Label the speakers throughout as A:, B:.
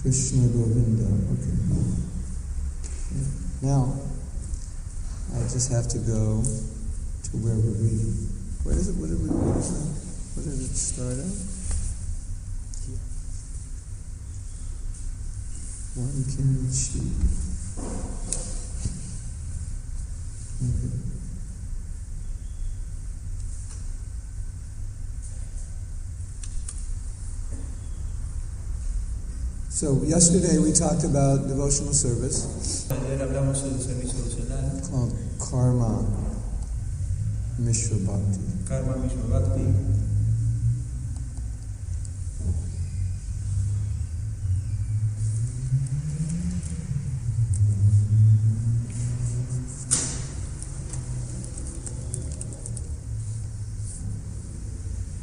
A: Krishna Govinda, okay. Yeah. Now, I just have to go to where we're reading. What is it? What did we read? What did it start at? One can achieve. Okay. So yesterday we talked about devotional service
B: Ayer hablamos del servicio devocional,
A: called karma mishra bhakti.
B: Karma Mishra Bhakti.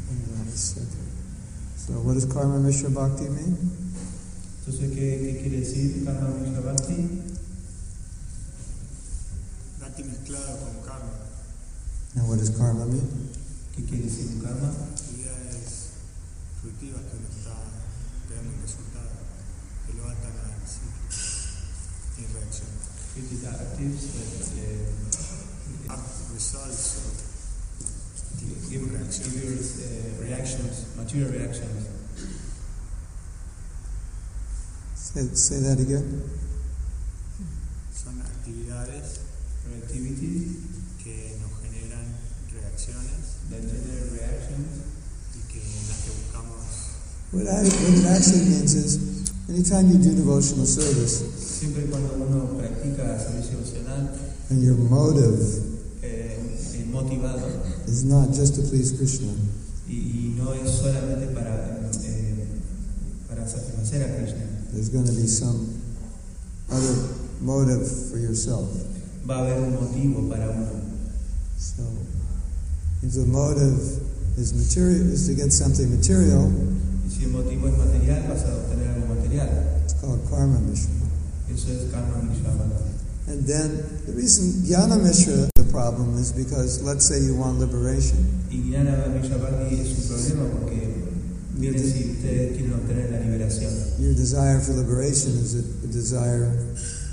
A: Hold on a second. So what does karma mishra bhakti mean?
B: Entonces, ¿qué, qué quiere decir Karma Mishra Bhakti?
C: Bhakti mezclado con karma.
A: And what does karma mean?
B: ¿Qué quiere decir karma?
C: Actividades fructivas que uno está creando un resultado, que lo atan a sí en reacción.
B: It is actives that uh,
C: Act results of
B: give, give us, uh, reactions, material reactions.
A: Say, say that again.
C: son actividades
B: or activities
C: que nos generan reacciones
B: that generate reactions.
C: y que en las que buscamos
A: What, I, what it actually means is, anytime you do devotional service
B: Siempre y cuando uno practica servicio devocional,
A: and your motive
B: eh, es motivado
A: is not just to please Krishna,
B: y, y no es solamente para, eh, para satisfacer a Krishna.
A: there's going to be some other motive for yourself.
B: Va a haber un motivo para uno.
A: So, if the motive is material, is to get something material,
B: Y si el motivo es material, vas a obtener algo material.
A: it's called karma mishra.
B: Eso es karma nishvana.
A: And then the reason jnana mishra the problem is because let's say you want liberation,
B: Y Gnana Vishwabhakti es un problema porque viene si ustedes quieren obtener la liberación.
A: your desire for liberation is a, a desire,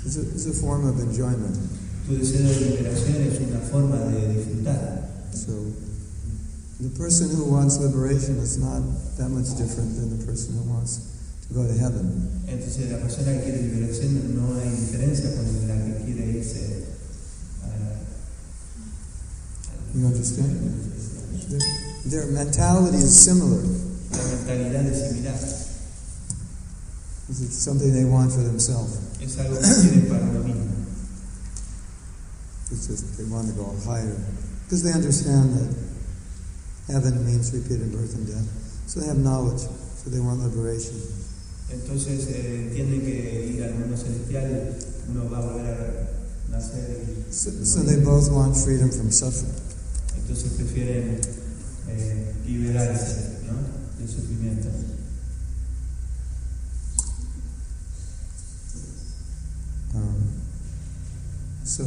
A: is a, is a form of enjoyment.
B: Tu deseo de liberación es una forma de disfrutar.
A: So the person who wants liberation is not that much different than the person who wants to go to heaven.
B: Entonces la persona que quiere liberación no hay diferencia con la que quiere irse a...
A: You understand? Their mentality is similar.
B: La mentalidad es similar.
A: It's something they want for themselves.
B: Es algo que quieren para uno mismo.
A: It's just they want to go higher. Because they understand that heaven means repeated birth and death. So they have knowledge. So they want liberation.
B: Entonces eh, entienden que ir al mundo celestial uno va a volver a nacer y
A: So, so they both want freedom from suffering.
B: Entonces prefieren eh, liberarse ¿no? del sufrimiento.
A: Um, so,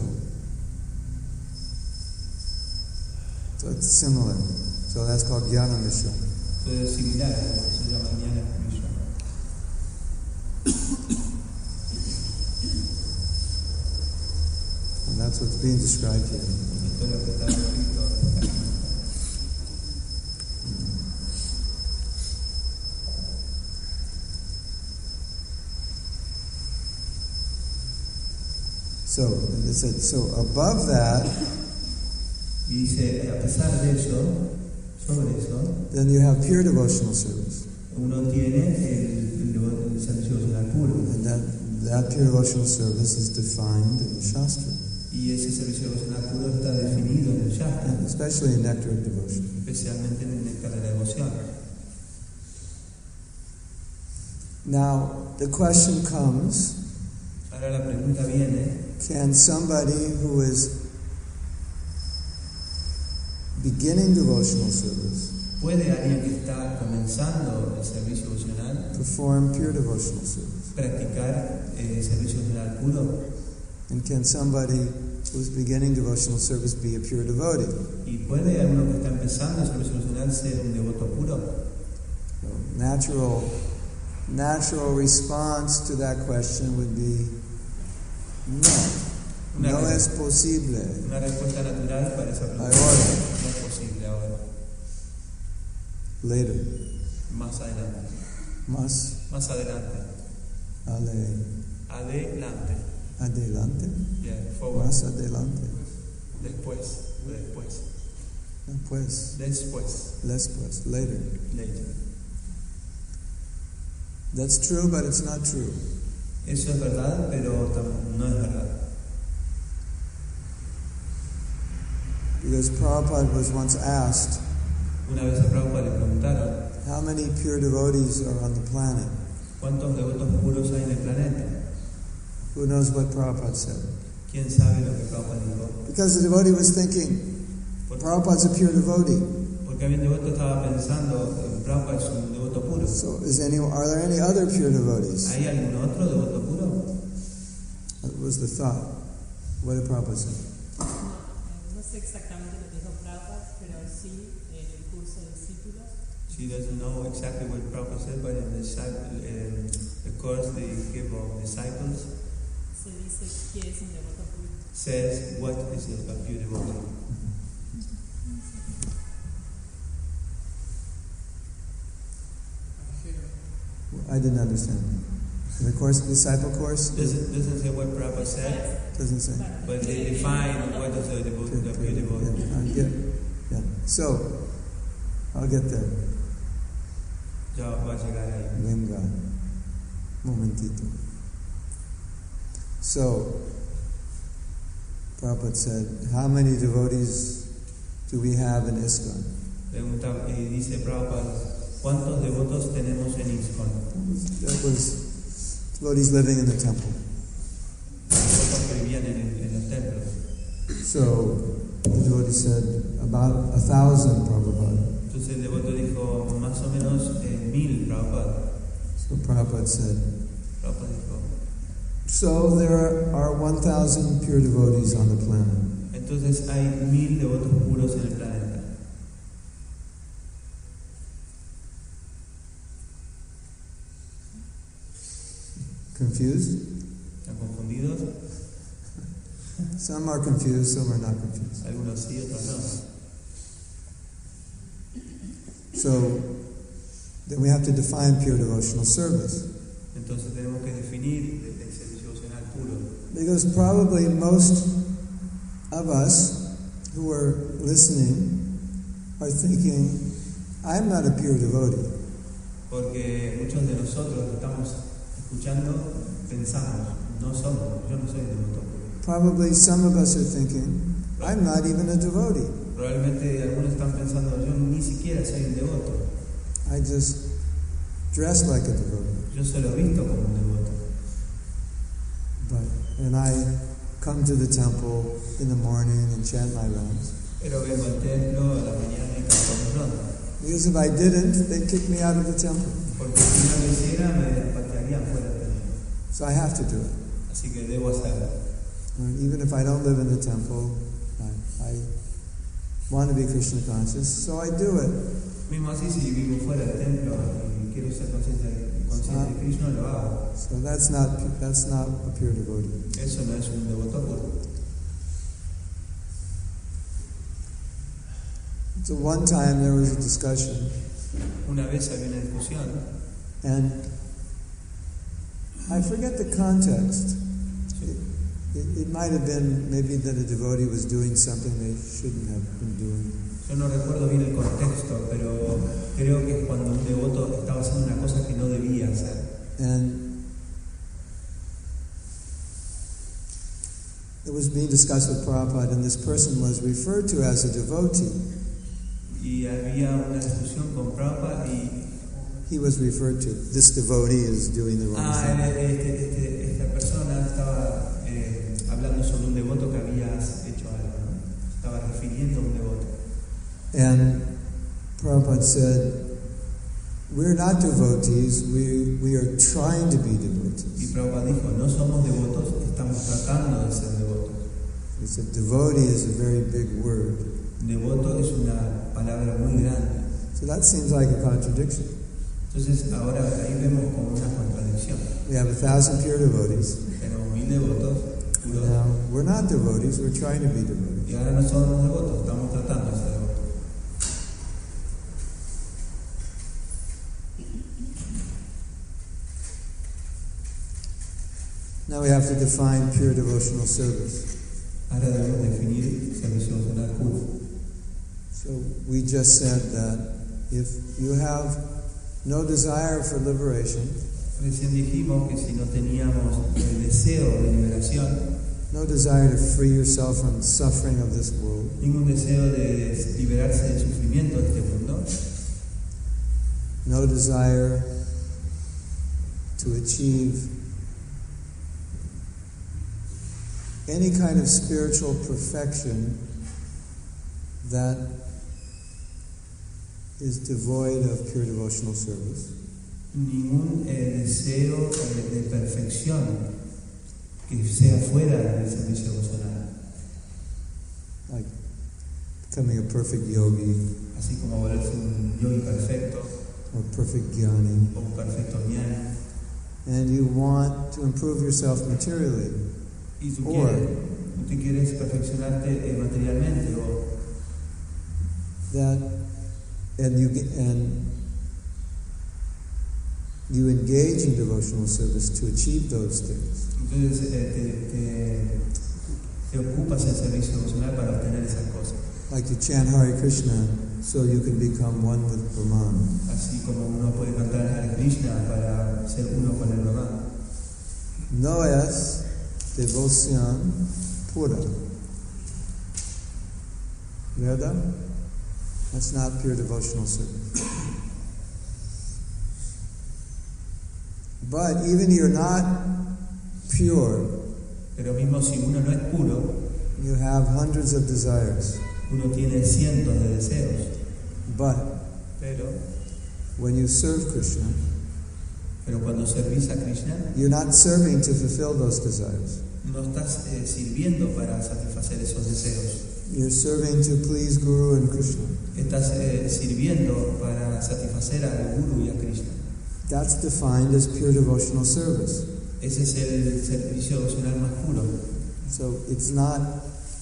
A: so it's similar. So that's called Jnana Mishra.
B: Entonces es similar a lo que se llama mañana Mishra.
A: And that's what's being described here.
B: Esto es lo que está descrito acá.
A: So, and it said, so above that,
B: Y dice, a pesar de eso, sobre eso,
A: then you have pure devotional service.
B: uno tiene el, el, el servicio devocional puro.
A: And that, that pure devotional service is defined in the Shastra,
B: Y ese servicio devocional puro está definido en el Shastra,
A: and especially in Nectar of Devotion.
B: especialmente en el néctar de la devoción.
A: Now, the question comes
B: Ahora la pregunta viene,
A: can somebody who is beginning devotional service
B: ¿puede alguien que está comenzando el servicio devocional
A: perform pure devotional service?
B: practicar eh, servicio general puro
A: And can somebody who is beginning devotional service be a pure devotee?
B: y puede alguno que está empezando el servicio general ser un devoto puro.
A: So natural natural response to that question would be no.
B: Una,
A: No
B: re-
A: es posible.
B: una respuesta natural para esa pregunta
A: Ahora.
B: no es posible ahora,
A: Later.
B: más adelante.
A: Más
B: Más adelante.
A: ale-
B: Adelante.
A: adelante.
B: Yeah, forward.
A: Más adelante.
B: Después. Después.
A: Después.
B: Después.
A: Después. Later.
B: Later.
A: That's true, but it's not true.
B: Eso es verdad, pero tam- no es verdad.
A: Because Prabhupada was once asked,
B: Una vez a Prabhupada le preguntaron
A: How many pure devotees are on the planet?
B: cuántos devotos puros hay en el planeta.
A: Who knows what Prabhupada said?
B: ¿Quién sabe lo que Prabhupada dijo?
A: Because the devotee was thinking,
B: Por-
A: Prabhupada's a pure devotee.
B: Porque había un devoto que estaba pensando que Prabhupada es un devoto puro.
A: So is any, are there any other pure devotees?
B: ¿Hay algún otro devoto puro?
A: That was the thought. What did Prabhupada say?
D: No sé exactamente lo que dijo Prabhupada, pero sí en el curso de discípulos.
B: She doesn't know exactly what Prabhupada said, but in the, disciple- in the course they give of disciples
D: Se dice que es un devoto puro.
B: says what is a pure devotee.
A: I didn't understand. In the course, disciple course,
B: Doesn't doesn't say what Prabhupada said,
A: doesn't say.
B: but they define what is a devote, a pure devotee.
A: Yeah, I'll get, yeah. So, I'll get there.
B: Ya va a llegar ahí.
A: Venga, momentito. So, Prabhupada said, How many devotees do we have in ISKCON?
B: Pregunta y dice Prabhupada, ¿cuántos devotos tenemos en ISKCON?
A: That was, that was devotees living in the temple.
B: Devotos que vivían en, el- en los templos.
A: So, the devotee said, About a thousand, Prabhupada.
B: Entonces el devoto dijo, más o menos eh, mil Prabhupada.
A: So, Prabhupada said,
B: Prabhupada dijo.
A: So, there are 1,000 pure devotees on the planet.
B: Entonces hay mil devotos puros en el planeta.
A: Confused?
B: ¿Están confundidos?
A: Some are confused, some are not confused.
B: Algunos sí, otros no.
A: So then we have to define pure devotional service.
B: Entonces tenemos que definir el el servicio devocional puro.
A: Because probably most of us who are listening are thinking, I'm not a pure devotee.
B: Porque muchos de nosotros que estamos escuchando pensamos, no somos, yo no soy devoto puro.
A: Probably some of us are thinking, I'm not even a devotee.
B: Probablemente algunos están pensando, yo ni siquiera soy un devoto,
A: I just dress like a devotee.
B: yo solo visto como un devoto.
A: But and I come to the temple in the morning and chant my rounds.
B: Pero vengo al templo a la mañana y canto mis rondas.
A: Because if I didn't, they'd kick me out of the temple.
B: Porque si no lo hiciera me patearían fuera del templo.
A: So I have to do it.
B: Así que debo hacerlo.
A: And even if I don't live in the temple, I, I want to be Krishna conscious, so I do it.
B: Mismo así, si vivo fuera del templo y quiero ser consciente, consciente de Krishna, lo hago.
A: So that's not that's not a pure devotee.
B: Eso no es un devoto puro.
A: So one time there was a discussion,
B: Una vez había una discusión,
A: and I forget the context.
B: Sí.
A: It, it might have been maybe that a devotee was doing something they shouldn't have been doing.
B: yo no recuerdo bien el contexto, pero creo que es cuando un devoto estaba haciendo una cosa que no debía hacer.
A: And it was being discussed with Prabhupada, and this person was referred to as a devotee.
B: Y había una discusión con Prabhupada y,
A: He was referred to. This devotee is doing the wrong
B: ah,
A: thing.
B: era- este- este- esta persona estaba eh, hablando sobre un devoto que había hecho algo, ¿no? estaba refiriendo a un devoto.
A: And Prabhupada said, We're not devotees, we, we are trying to be
B: Y
A: devotees.
B: Prabhupada dijo, no somos devotos, estamos tratando de ser devotos.
A: He said, Devotee is a very big word.
B: Devoto es una palabra muy grande.
A: So that seems like a contradiction.
B: Entonces ahora ahí vemos como una contradicción.
A: We have a thousand pure devotees.
B: Tenemos mil devotos puros
A: Now, we're not devotees, we're trying to be devotees.
B: y ahora no somos devotos, estamos tratando de ser devotos.
A: Now we have to define pure devotional service.
B: Ahora debemos definir servicio devocional puro.
A: So we just said that if you have no desire for liberation,
B: Recién dijimos que si no teníamos el deseo de liberación,
A: no desire to free yourself from suffering of this world,
B: ningún deseo de liberarse del sufrimiento de este mundo,
A: no desire to achieve any kind of spiritual perfection that is devoid of pure devotional service.
B: ningún eh, deseo eh, de perfección que sea fuera del servicio devocional,
A: like becoming a perfect yogi
B: así como volverse un yogi perfecto
A: or perfect jnani.
B: o un perfecto ñana.
A: And you want to improve yourself materially.
B: Y tú
A: Or-
B: quieres, tú quieres perfeccionarte eh, materialmente o
A: That, and you get, and you engage in devotional service to achieve those things.
B: entonces eh, te, te- te ocupas el servicio devocional para obtener esas cosas.
A: Like you chant Hare Krishna so you can become one with Brahman.
B: Así como uno puede cantar Hare Krishna para ser uno con el Brahman.
A: No es devoción pura. ¿Verdad? That's not pure devotional service. But even you're not pure,
B: Pero mismo si uno no es puro,
A: you have hundreds of desires.
B: uno tiene cientos de deseos.
A: But
B: Pero,
A: when you serve Krishna,
B: pero cuando servís a Krishna,
A: you're not serving to fulfill those desires.
B: no estás eh, sirviendo para satisfacer esos deseos.
A: You're serving to please Guru and Krishna.
B: Estás eh, sirviendo para satisfacer al Guru y a Krishna.
A: That's defined as pure devotional service.
B: Ese es el servicio devocional más puro.
A: So it's not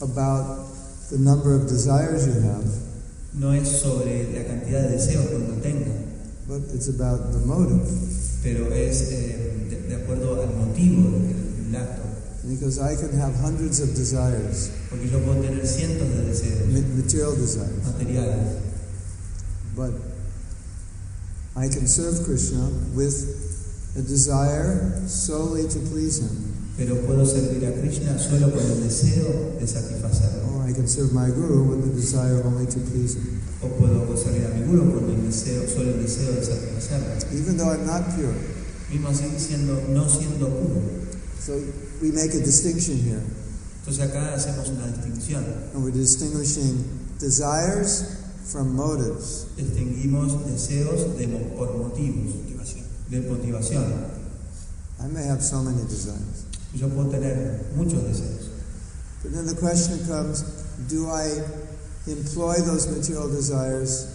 A: about the number of desires you have,
B: No es sobre la cantidad de deseos que uno tenga,
A: but it's about the motive.
B: pero es eh, de, de acuerdo al motivo del, del acto.
A: Because I can have hundreds of desires,
B: Porque yo puedo tener cientos de deseos
A: ma- material desires,
B: materiales,
A: but I can serve Krishna with a desire solely to please Him,
B: pero puedo servir a Krishna solo con el deseo de satisfacerlo.
A: or I can serve my Guru with a desire only to please Him,
B: O puedo servir a mi Guru con el deseo, solo el deseo de satisfacerlo.
A: even though I'm not pure.
B: Mismo así siendo, no siendo puro.
A: So we make a distinction here,
B: Entonces acá hacemos una distinción.
A: and we're distinguishing desires from motives.
B: Distinguimos deseos de mo- por motivos,
C: Motivación.
B: de motivación.
A: I may have so many desires.
B: Yo puedo tener muchos deseos.
A: But then the question comes do I employ those material desires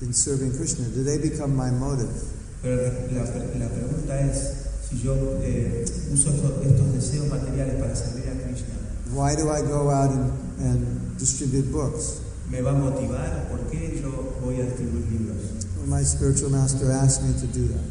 A: in serving Krishna? Do they become my motive?
B: Pero la, la- la pregunta es si yo eh, uso estos, estos deseos materiales para servir a Krishna,
A: Why do I go out and, and distribute books?
B: ¿me va a motivar o por qué yo voy a distribuir libros?
A: Well, my spiritual master asked me to do that.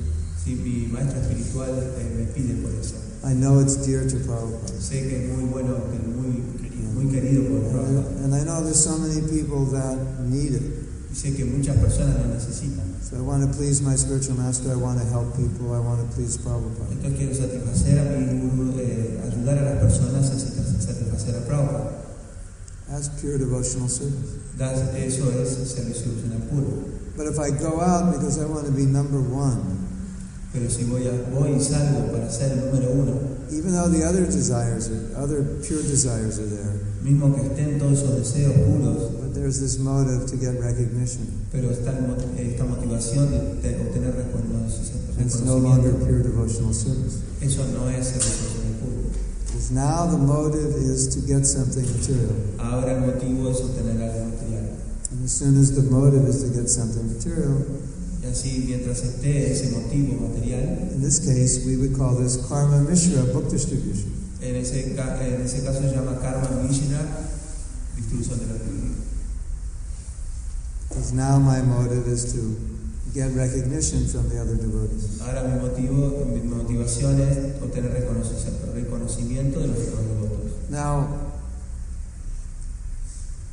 B: Si mi maestro espiritual eh, me pide por eso.
A: I know it's dear to Prabhupada.
B: Sé que es muy bueno, que es muy querido, muy querido
A: And
B: por
A: I,
B: Prabhupada.
A: and I know there's so many people that need it.
B: Y sé que muchas personas lo necesitan.
A: So I want to please my spiritual master. I want to help people. I want to please Prabhupada.
B: Entonces quiero satisfacer a mi gurú, eh, ayudar a las personas a satis- satisfacer a Prabhupada.
A: That's pure devotional service.
B: Das- Eso es servicio devocional puro.
A: But if I go out because I want to be number one,
B: Pero si voy, a, voy y salgo para ser el número uno,
A: Even though the other desires, are, other pure desires are there,
B: mismo que estén todos esos deseos puros,
A: but there's this motive to get recognition.
B: pero está el mo- eh, esta motivación de, te- obtener recono-
A: It's no longer
B: reconocimiento,
A: pure devotional service.
B: eso no es servicio devocional puro.
A: Because now the motive is to get something material.
B: Ahora el motivo es obtener algo material.
A: And as soon as the motive is to get something material,
B: Y Y así, mientras esté ese motivo material,
A: In this case, we would call this karma mishra book distribution.
B: en ese, ca- en ese caso se llama karma mishra, distribución de la Biblia.
A: Because now my motive is to get recognition from the other devotees.
B: Ahora mi motivo, mi motivación es obtener reconoci- reconocimiento de los demás devotos.
A: Now,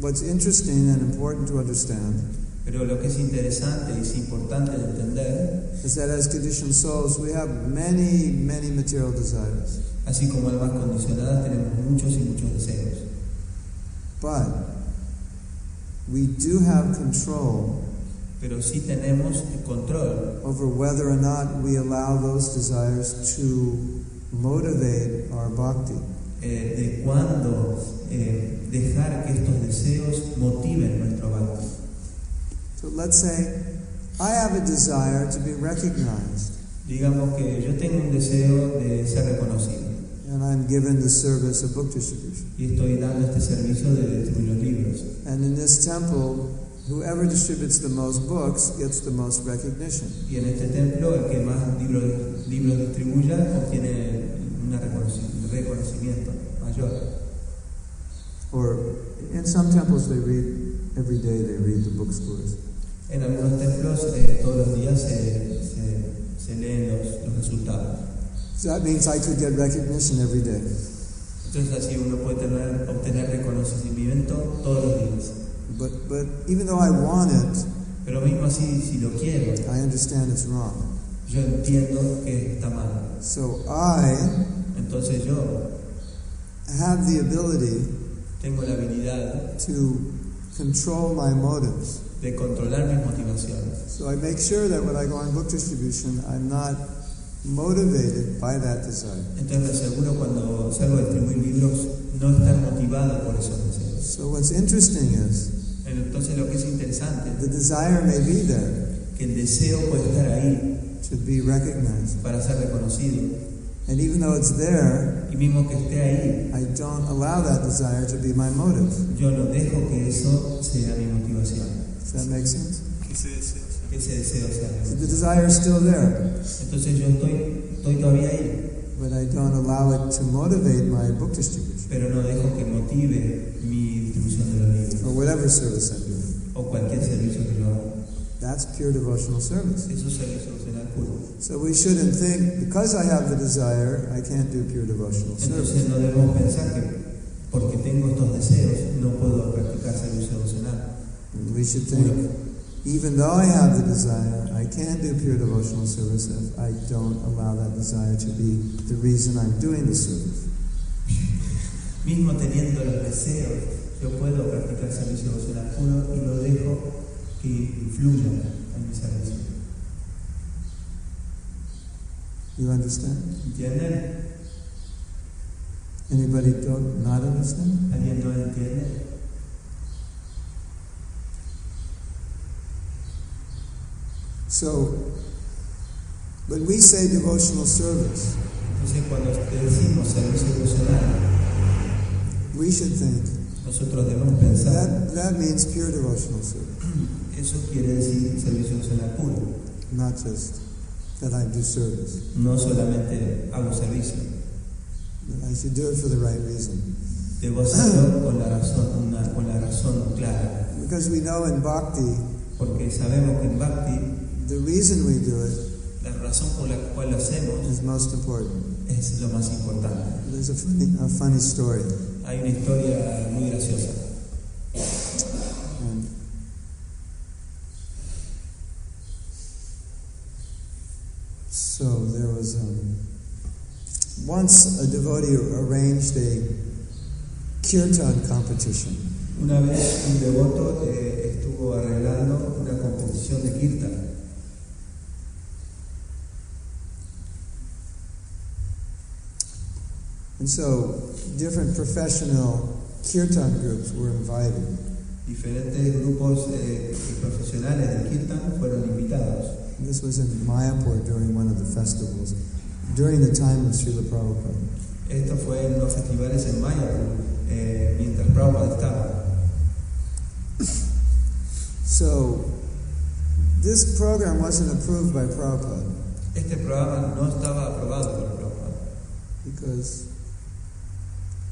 A: what's interesting and important to understand
B: Pero lo que es interesante y es importante de entender,
A: is that as conditioned souls, we have many, many material desires.
B: así como almas condicionadas tenemos muchos y muchos deseos,
A: But we do have control
B: pero sí tenemos el control
A: over whether or not we allow those desires to motivate our bhakti.
B: eh, de cuándo eh, dejar que estos deseos motiven nuestro bhakti.
A: So let's say I have a desire to be recognized,
B: Digamos que yo tengo un deseo de ser reconocido
A: and I'm given the service of book distribution.
B: y estoy dando este servicio de distribuir los libros.
A: And in this temple, whoever distributes the most books gets the most recognition.
B: Y en este templo, el que más libros, libros distribuya obtiene un reconoci- reconocimiento mayor.
A: Or in some temples, they read every day. They read the book scores.
B: En algunos templos, eh, todos los días se, se- se leen los, los resultados.
A: So that means I could get recognition every day.
B: Entonces, así uno puede tener, obtener reconocimiento todos los días.
A: But but even though I want it,
B: Pero mismo así, si lo quiero,
A: I understand it's wrong.
B: yo entiendo que está mal.
A: So I
B: Entonces, yo
A: have the ability
B: tengo la habilidad
A: to control my motives.
B: de controlar mis motivaciones.
A: So I make sure that when I go on book distribution, I'm not motivated by that desire.
B: Entonces, me aseguro cuando salgo a distribuir libros, no estar motivado por esos deseos.
A: So what's interesting is
B: Entonces lo que es interesante
A: the desire may be there
B: es que el deseo puede estar ahí
A: to be recognized,
B: para ser reconocido.
A: and even though it's there,
B: Y mismo que esté ahí,
A: I don't allow that desire to be my motive.
B: yo no dejo que eso sea mi motivación,
A: Does that make sense?
C: ¿Qué se desea?
B: que ese deseo sea mi
A: So
B: motivación.
A: the desire is still there,
B: Entonces yo estoy, estoy todavía ahí,
A: but I don't allow it to motivate my book distribution
B: pero no dejo que motive mi distribución de los libros
A: or whatever service I'm doing.
B: o cualquier servicio que yo haga.
A: That's pure devotional service.
B: Eso es servicio devocional puro.
A: So we shouldn't think, because I have the desire, I can't do pure devotional service.
B: Entonces no debemos pensar que porque tengo estos deseos no puedo practicar servicio devocional.
A: We should think, even though I have the desire, I can do pure devotional service if I don't allow that desire to be the reason I'm doing the service.
B: Mismo teniendo los deseos, yo puedo practicar servicio devocional puro y lo dejo que influya en mi servicio.
A: You understand?
B: ¿Entienden?
A: Anybody don't not understand?
B: ¿Alguien no lo entiende?
A: So, when we say devotional service,
B: Entonces, cuando te decimos servicio devocional,
A: we should think
B: nosotros debemos pensar,
A: that that means pure devotional service,
B: eso quiere decir servicio devocional puro,
A: not just that I do service.
B: no solamente hago servicio,
A: That I should do it for the right reason.
B: debo hacerlo con la razón, una- con la razón clara,
A: Because we know in bhakti,
B: porque sabemos que en Bhakti
A: the reason we do it
B: la razón por la cual lo hacemos
A: is most important.
B: es lo más importante.
A: There's a funny, a funny story,
B: Hay una historia muy graciosa.
A: and so there was um, once a devotee arranged a kirtan competition.
B: Una vez un devoto eh, estuvo arreglando una competición de kirtan.
A: And so different professional kirtan groups were invited.
B: Diferentes grupos eh, profesionales de kirtan fueron invitados.
A: And this was in Mayapur during one of the festivals, during the time of Srila Prabhupada.
B: Esto fue en los festivales en Mayapur, eh, mientras Prabhupada estaba.
A: So This program wasn't approved by Prabhupada
B: Este programa no estaba aprobado por Prabhupada,
A: because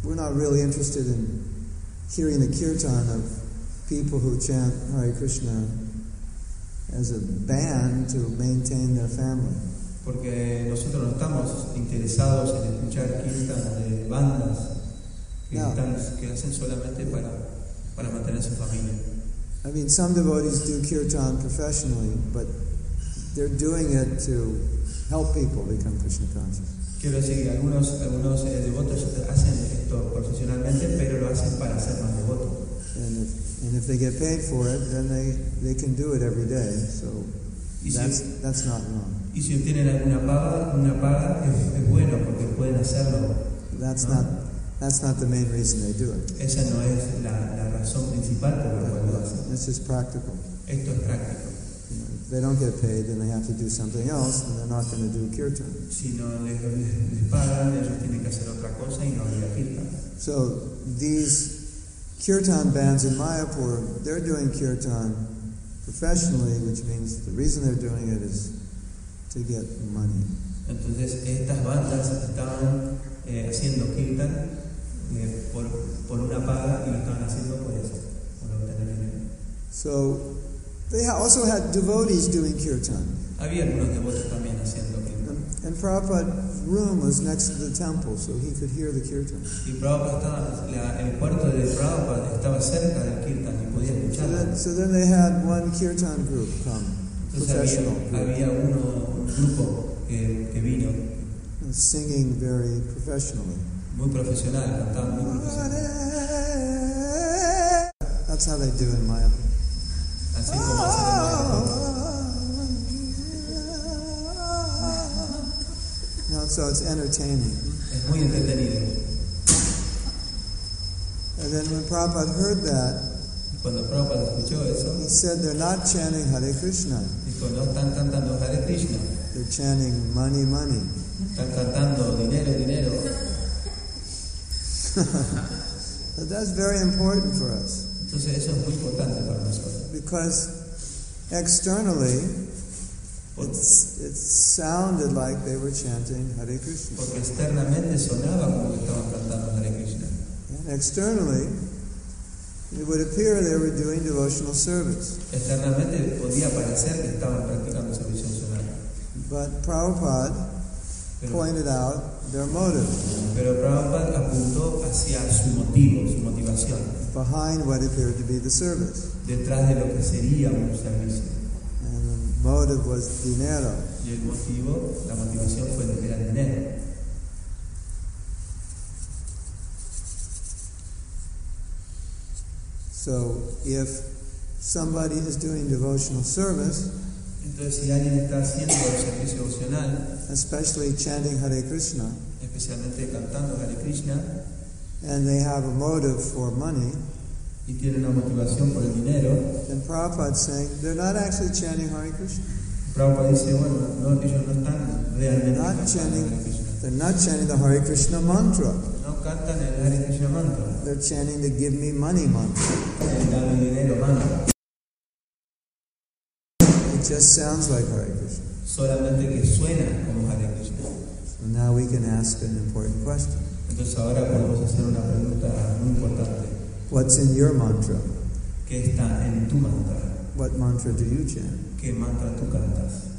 A: we're not really interested in hearing the kirtan of people who chant Hare Krishna as a band to maintain their family.
B: porque nosotros no estamos interesados en escuchar quintas de bandas que,
A: No.
B: están- que hacen solamente para, para mantener a su familia.
A: I mean, some devotees do kirtan professionally, but they're doing it to help people become Krishna conscious.
B: Quiero decir que algunos, algunos eh, devotos hacen esto profesionalmente, pero lo hacen para ser más devotos.
A: And if, and if they get paid for it, then they, they can do it every day. So
B: Y si,
A: that's, that's not wrong.
B: y si obtienen alguna paga, una paga es, es bueno porque pueden hacerlo.
A: That's
B: ¿no?
A: not, that's not the main reason they do it.
B: Esa no es la, la razón principal por la cual lo hacen.
A: It's just practical.
B: Esto es práctico.
A: You know, if they don't get paid, then they have to do something else, and they're not going to do kirtan.
B: Si no les, les- les pagan, ellos tienen que hacer otra cosa y no ir a kirtan.
A: So these kirtan bands in Mayapur, they're doing kirtan professionally, which means the reason they're doing it is to get money.
B: Entonces estas bandas estaban eh, haciendo kirtan eh, por, por una paga y lo estaban haciendo por eso, por obtener dinero.
A: So they ha- also had devotees doing kirtan.
B: Había algunos devotos también haciendo kirtan.
A: And, and Prabhupada's room was next to the temple, so he could hear the kirtan.
B: Y Prabhupada estaba, la- el cuarto de Prabhupada estaba cerca del kirtan y podía
A: So then,
B: escucharlo.
A: so then they had one kirtan group come,
B: Entonces
A: professional
B: había,
A: group,
B: había uno, un grupo que, que vino
A: and singing very professionally.
B: muy profesional, cantaba muy profesional.
A: That's how they do in Maya.
B: Así como hacen en Mayapur.
A: No, so it's entertaining.
B: Es muy entretenido.
A: And then when Prabhupada heard that,
B: Y Cuando Prabhupada escuchó eso,
A: he said they're not chanting Hare Krishna,
B: dijo, no están cantando Hare Krishna,
A: they're chanting money, money.
B: están cantando dinero, dinero.
A: But that's very important for us.
B: Entonces eso es muy importante para nosotros.
A: because externally it's, it sounded like they were chanting Hare Krishna.
B: Porque externamente sonaba como que estaban cantando Hare Krishna.
A: And externally, it would appear they were doing devotional service.
B: Externamente podía parecer que estaban practicando servicio nacional.
A: But Prabhupada
B: Pero,
A: pointed out their motive
B: pero Prabhupada apuntó hacia su motivo, su motivación,
A: behind what appeared to be the service.
B: detrás de lo que sería un servicio.
A: And the motive was dinero.
B: Y el motivo, la motivación fue de era dinero.
A: So if somebody is doing devotional service,
B: Entonces, si alguien está haciendo el servicio devocional,
A: especially chanting Hare Krishna,
B: especialmente cantando Hare Krishna,
A: and they have a motive for money,
B: y tiene una motivación por el dinero,
A: Then Prabhupada's saying they're not actually chanting Hare Krishna.
B: Prabhupada dice, bueno, no, ellos no están realmente
A: Ah,
B: cantando
A: chanting.
B: Hare Krishna.
A: They're not chanting the Hare Krishna mantra.
B: No cantan el Hare Krishna mantra.
A: They're chanting the give me money mantra.
B: El dame dinero, manda.
A: It just sounds like Hare Krishna.
B: Solamente que suena como Hare Krishna.
A: So now we can ask an important question.
B: Entonces ahora podemos hacer una pregunta muy importante.
A: What's in your mantra?
B: ¿Qué está en tu mantra?
A: What mantra do you chant?
B: ¿Qué mantra tú cantas?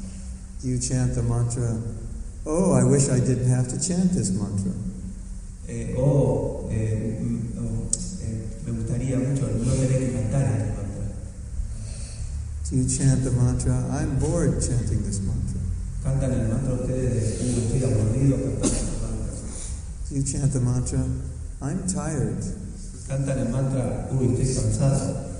A: Do you chant the mantra, oh, I wish I didn't have to chant this mantra?
B: Eh, oh, eh, mm, oh, eh, me gustaría mucho no tener que cantar este mantra.
A: Do you chant the mantra, I'm bored chanting this mantra?
B: Cantan el mantra ustedes de, "Uh, estoy aburrido cantando este mantra.
A: Do you chant the mantra, I'm tired?
B: Cantan el mantra, uy, estoy cansado.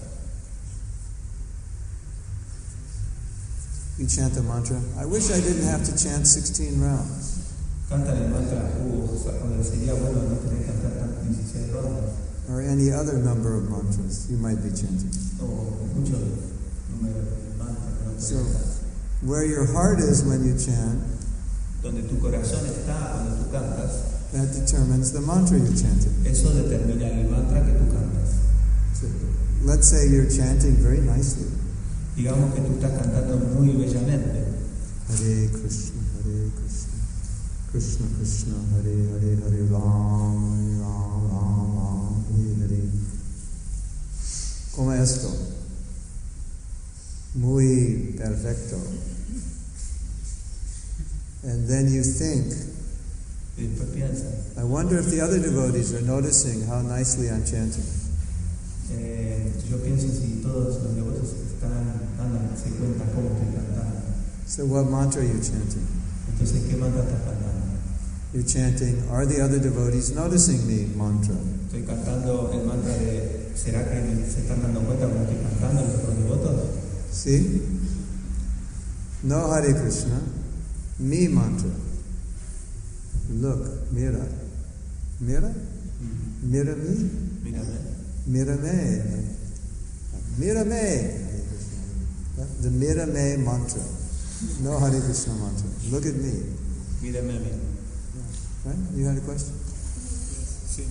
A: You chant the mantra, I wish I didn't have to chant 16 rounds.
B: Cantan el mantra, uh, o sea, sería bueno no tener que cantar tantas 16 rondas.
A: or any other number of mantras you might be chanting.
B: o muchos números de mantras que no
A: Sí.
B: puedes-
A: Where your heart is when you chant,
B: Donde tu corazón está cuando tú cantas,
A: that determines the mantra you chanted.
B: eso determina el mantra que tú cantas.
A: So let's say you're chanting very nicely,
B: Digamos que tú estás cantando muy bellamente.
A: Hare Krishna, Hare Krishna, Krishna Krishna, Hare Hare, Hare Ram, Ram Ram Ram, Hare Hare. Como esto, muy perfecto. And then you think,
B: Y después piensa,
A: I wonder if the other devotees are noticing how nicely I'm chanting.
B: eh, yo pienso si todos los devotos están dándose cuenta cómo estoy cantando.
A: So what mantra are you chanting?
B: Entonces, ¿qué mantra estás cantando?
A: You're chanting, are the other devotees noticing me mantra?
B: Estoy cantando el mantra de ¿será que me- se están dando cuenta cómo estoy cantando los otros devotos?
A: See? No Hare Krishna, me mantra. Look, mira. Mira? Mira me?
B: Mírame.
A: Mira me. Mira me. The mira me mantra. No Hare Krishna mantra. Look at me.
B: Mírame a mí.
A: Right? You had a question?
C: Sí.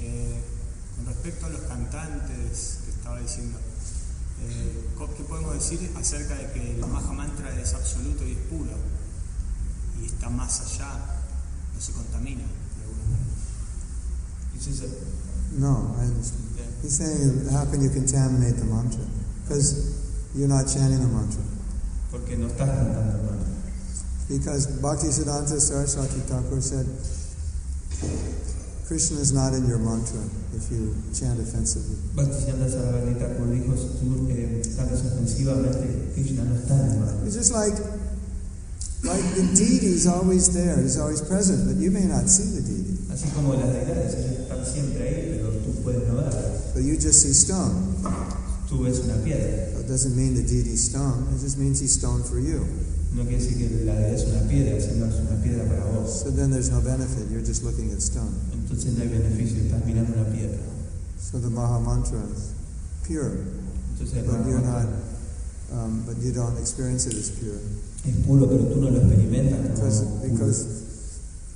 C: Eh, con respecto a los cantantes que estaba diciendo, eh, co- ¿qué podemos decir acerca de que el Maha Mantra es absoluto y es puro? Y está más allá, no se contamina de alguna manera.
B: This is a-
A: No, I understand.
B: yeah.
A: He's saying, how can you contaminate the mantra? Because you're not chanting the mantra.
B: Porque no estás cantando el mantra.
A: Because Bhaktisiddhanta Saraswati Thakur said, Krishna is not in your mantra if you chant offensively.
B: Bhaktisiddhanta Sarasvati Thakur dijo, tú eh, cantas ofensivamente, Krishna no está en el mantra.
A: It's just like, like the deity's always there, he's always present, but you may not see the deity.
B: Así como las deidades, ellos están siempre ahí, pero tú puedes no verlas.
A: But you just see stone.
B: Tú ves una piedra.
A: That doesn't mean the deity's stone, it just means he's stone for you.
B: No quiere decir que la deidad es una piedra, sino es una piedra para vos.
A: So then there's no benefit, you're just looking at stone.
B: Entonces no hay beneficio, estás mirando una piedra.
A: So the Maha Mantra is pure,
B: Entonces el
A: but you're not,
B: Mahamantra
A: um, but you don't experience it as pure.
B: es puro, pero tú no lo experimentas como
A: Because,
B: puro.
A: because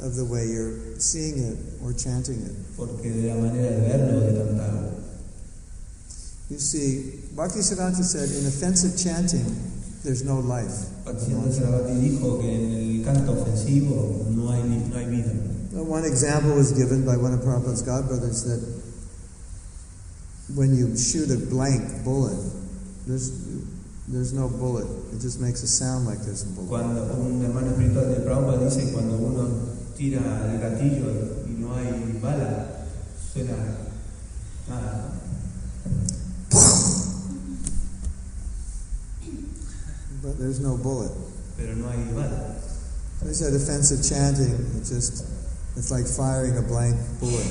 A: of the way you're seeing it or chanting it.
B: Porque de la manera de verlo o de cantarlo.
A: You see, Bhaktisiddhanta said, in offensive chanting, there's no life.
B: Bhaktisiddhanta Sarasvati dijo que en el canto ofensivo no hay, no hay vida.
A: Now, One example was given by one of Prabhupada's godbrothers that when you shoot a blank bullet, there's, there's no bullet. It just makes a sound like there's a bullet.
B: Cuando un hermano espiritual de Prabhupada dice cuando uno tira el gatillo y no hay bala, suena nada.
A: But there's no bullet.
B: Pero no hay bala.
A: They said offensive chanting, it just, it's like firing a blank bullet.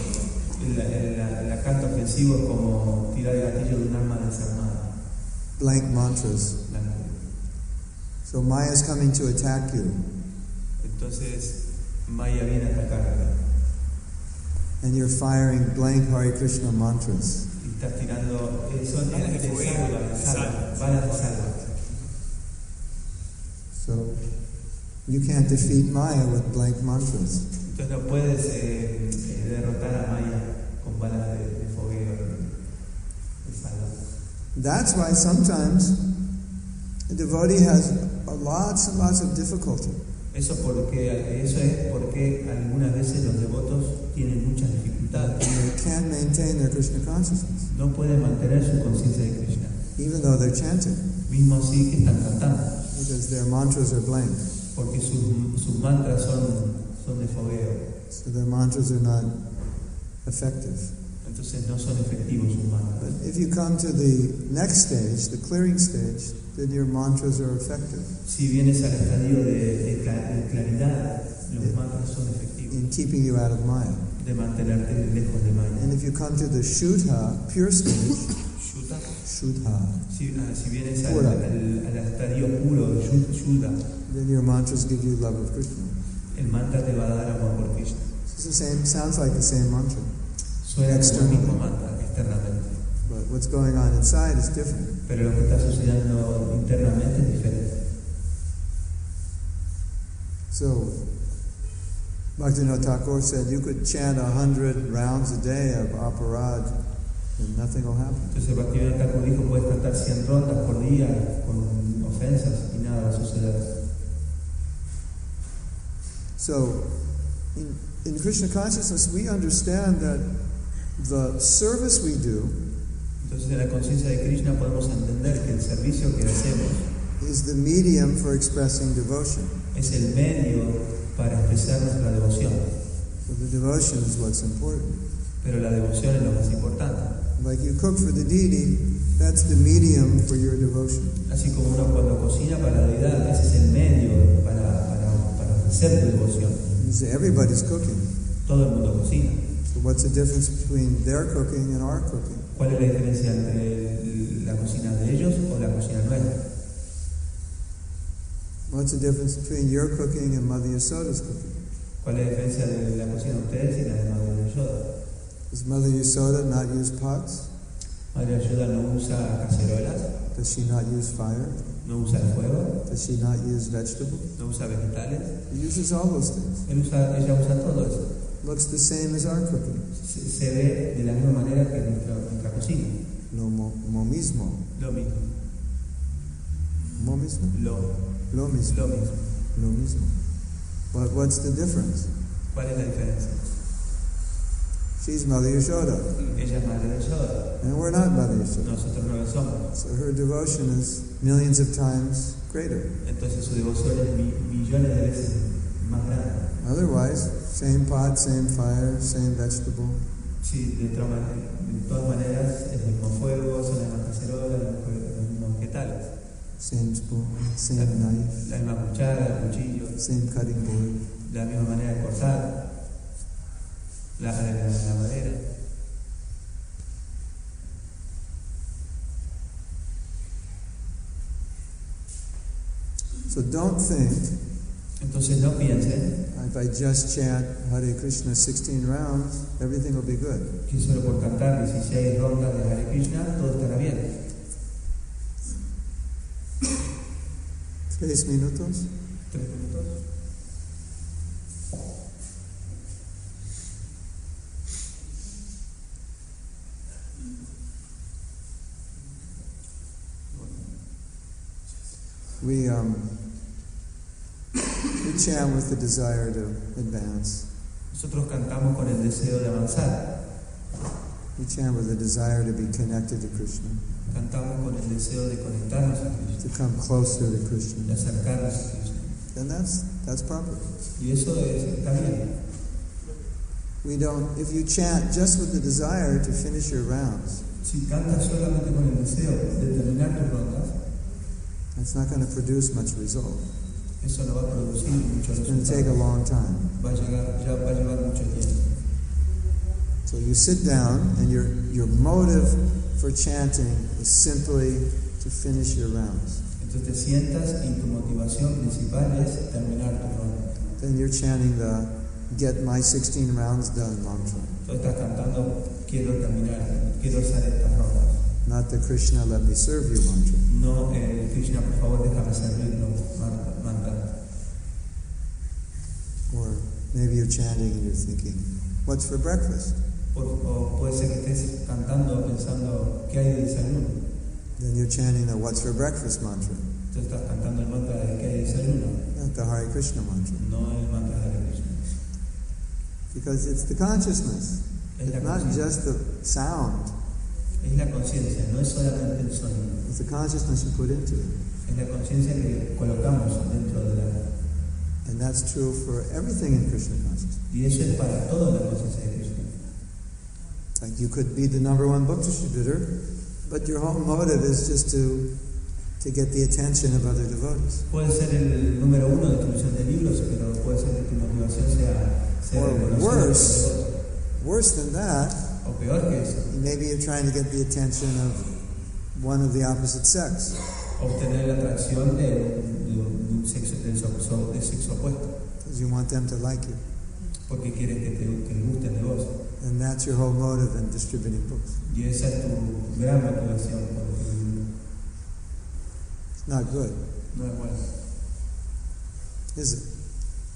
B: El, el- el- el canto ofensivo es como tirar el gatillo de un arma desarmada.
A: Blank mantras.
B: blanco.
A: So Maya's coming to attack you.
B: Entonces Maya viene a atacarte
A: and you're firing blank Hare Krishna mantras.
B: y estás tirando eh, son
C: Balas de
B: de
C: fuego,
B: salva,
C: de
B: de salva,
C: salva.
B: balas de salva.
A: So you can't defeat Maya with blank mantras.
B: Entonces no puedes eh, eh, derrotar a Maya con balas de, de fogueo de, de salva.
A: That's why sometimes a devotee has a lots and lots of difficulty
B: Eso, porque, eso es porque algunas veces los devotos tienen muchas dificultades.
A: and they can't maintain their Krishna consciousness,
B: No pueden mantener su conciencia de Krishna,
A: even though they're chanting,
B: mismo así que están cantando,
A: because their mantras are blank.
B: porque sus, sus mantras son, son de fogueo,
A: So their mantras are not effective.
B: entonces no son efectivos sus
A: But
B: mantras.
A: if you come to the next stage, the clearing stage, then your mantras are effective
B: Si vienes al estadio de, de cla- de claridad, los mantras son efectivos,
A: in keeping you out of Maya.
B: de mantenerte lejos de Maya.
A: And if you come to the Shuddha, pure stage,
B: Yuta,
A: Shuddha,
B: Si, ah, si vienes al,
A: Pura.
B: al- al estadio puro, yu- Yuda,
A: then your mantras give you love of Krishna.
B: el mantra te va a dar amor por Krishna.
A: It's the same, sounds like the same mantra,
B: Suena como el
A: External.
B: mismo mantra externamente.
A: but what's going on inside is different.
B: Pero lo que está sucediendo internamente es diferente.
A: So, Bhaktivinoda Thakur said you could chant a hundred rounds a day of aparad then nothing will happen.
B: Entonces Bhaktivinoda Thakur dijo, puedes cantar 100 rondas por día con ofensas y nada va a suceder.
A: So, in, in Krishna consciousness, we understand that the service we do
B: Entonces en la conciencia de Krishna podemos entender que el servicio que hacemos
A: is the medium for expressing devotion.
B: es el medio para expresar nuestra devoción,
A: So, the devotion is what's important.
B: pero la devoción es lo más importante.
A: Like you cook for the deity, that's the medium for your devotion.
B: Así como uno cuando cocina para la deidad, ese es el medio para, para, para ofrecer tu devoción.
A: You say everybody's cooking.
B: Todo el mundo cocina.
A: So, what's the difference between their cooking and our cooking?
B: ¿Cuál es la diferencia entre la cocina de ellos o la cocina nuestra?
A: What's the difference between your cooking and Mother Yasoda's cooking?
B: ¿Cuál es la diferencia de la cocina de ustedes y la de Madre Yoda?
A: Does Mother Yasoda not use pots?
B: Madre Yoda no usa cacerolas,
A: Does she not use fire?
B: no usa el fuego,
A: Does she not use vegetables?
B: no usa vegetales.
A: She uses all those things.
B: Él usa, ella usa todo eso.
A: Looks the same as our cooking.
B: Se, se ve de la misma manera que nuestra, nuestra cocina.
A: Lo mo, mo mismo.
B: Lo mismo.
A: Mo mismo?
B: Lo,
A: Lo
B: es
A: mismo.
B: lo mismo.
A: Lo mismo. But what's the difference?
B: ¿Cuál es la diferencia?
A: She's Mother Yashoda,
B: Ella es Madre Yoda,
A: and we're not Mother Yashoda.
B: nosotros no lo somos.
A: So her devotion is millions of times greater.
B: Entonces su devoción es mi- millones de veces más grande.
A: Otherwise, same pot, same fire, same vegetable.
B: Sí, de, otra manera- de todas maneras es el mismo fuego, son las mismas cacerolas, los mismos- los mismos vegetales.
A: Same spoon, same knife,
B: La misma cuchara, el cuchillo,
A: same cutting board.
B: la misma manera de cortar, la, la, la madera.
A: So don't think
B: Entonces no piensen
A: if I just chant Hare Krishna 16 rounds, everything will be good.
B: que solo por cantar 16 rondas de Hare Krishna todo estará bien.
A: Tres minutos.
B: Tres minutos.
A: We um, we chant with the desire to advance.
B: Nosotros cantamos con el deseo de avanzar,
A: We chant with the desire to be connected to Krishna,
B: cantamos con el deseo de conectarnos a Krishna,
A: to come closer to
B: de
A: Krishna.
B: acercarnos a Krishna.
A: Then that's that's proper.
B: Y eso es, está bien.
A: We don't. If you chant just with the desire to finish your rounds,
B: Si cantas solamente con el deseo de terminar tus rondas,
A: that's not going to produce much result.
B: eso no va a producir mucho
A: It's going to take a
B: resultado.
A: long time.
B: Va a llegar, ya va a llevar mucho tiempo.
A: So you sit down, and your, your motive for chanting is simply to finish your rounds.
B: Entonces te sientas y tu motivación principal es terminar tu ronda.
A: Then you're chanting the get my 16 rounds done mantra,
B: Tú estás cantando quiero terminar, quiero hacer estas rondas.
A: not the Krishna let me serve you mantra.
B: No, eh, Krishna, por favor, déjame servirnos, Manta. Manta.
A: Or maybe you're chanting and you're thinking, what's for breakfast?
B: Por- o puede ser que estés cantando pensando qué hay de desayuno.
A: Then you're chanting the what's for breakfast mantra,
B: Tú estás cantando el mantra de qué hay de desayuno,
A: not the Hare Krishna mantra,
B: no el mantra de Hare Krishna.
A: because it's the consciousness,
B: Es la
A: not
B: conciencia,
A: just the sound.
B: es la conciencia, no es solamente el sonido.
A: It's the consciousness you put into it,
B: Es la conciencia que colocamos dentro de la...
A: and that's true for everything in Krishna consciousness.
B: Y eso es para toda la conciencia de Krishna.
A: Like you could be the number one book distributor, but your whole motive is just to to get the attention of other devotees.
B: Puede ser el número uno de distribución de libros, pero puede ser que tu motivación sea ser
A: Or
B: reconocido por
A: worse.
B: todos.
A: Worse than that,
B: O peor que eso,
A: maybe you're trying to get the attention of one of the opposite sex
B: obtener la atracción de, de- de un sexo, del, sexo, del sexo opuesto,
A: because you want them to like you,
B: porque quieres que te, que te gusten de vos.
A: and that's your whole motive in distributing books.
B: Y esa es tu gran motivación por distribuir libros.
A: It's not good,
B: No es bueno.
A: is it?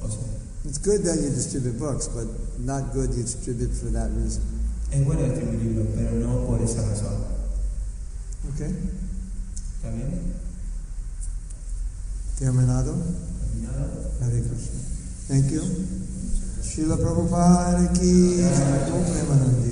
B: O sea,
A: It's good that you distribute books, but not good you distribute for that reason.
B: Es bueno distribuirlo, pero no por esa razón.
A: Okay?
B: ¿Está bien?
A: Terminado.
B: ¿Terminado?
A: Hare Krishna. Thank you. Srila Prabhupada ki. Jai. Om Premanand.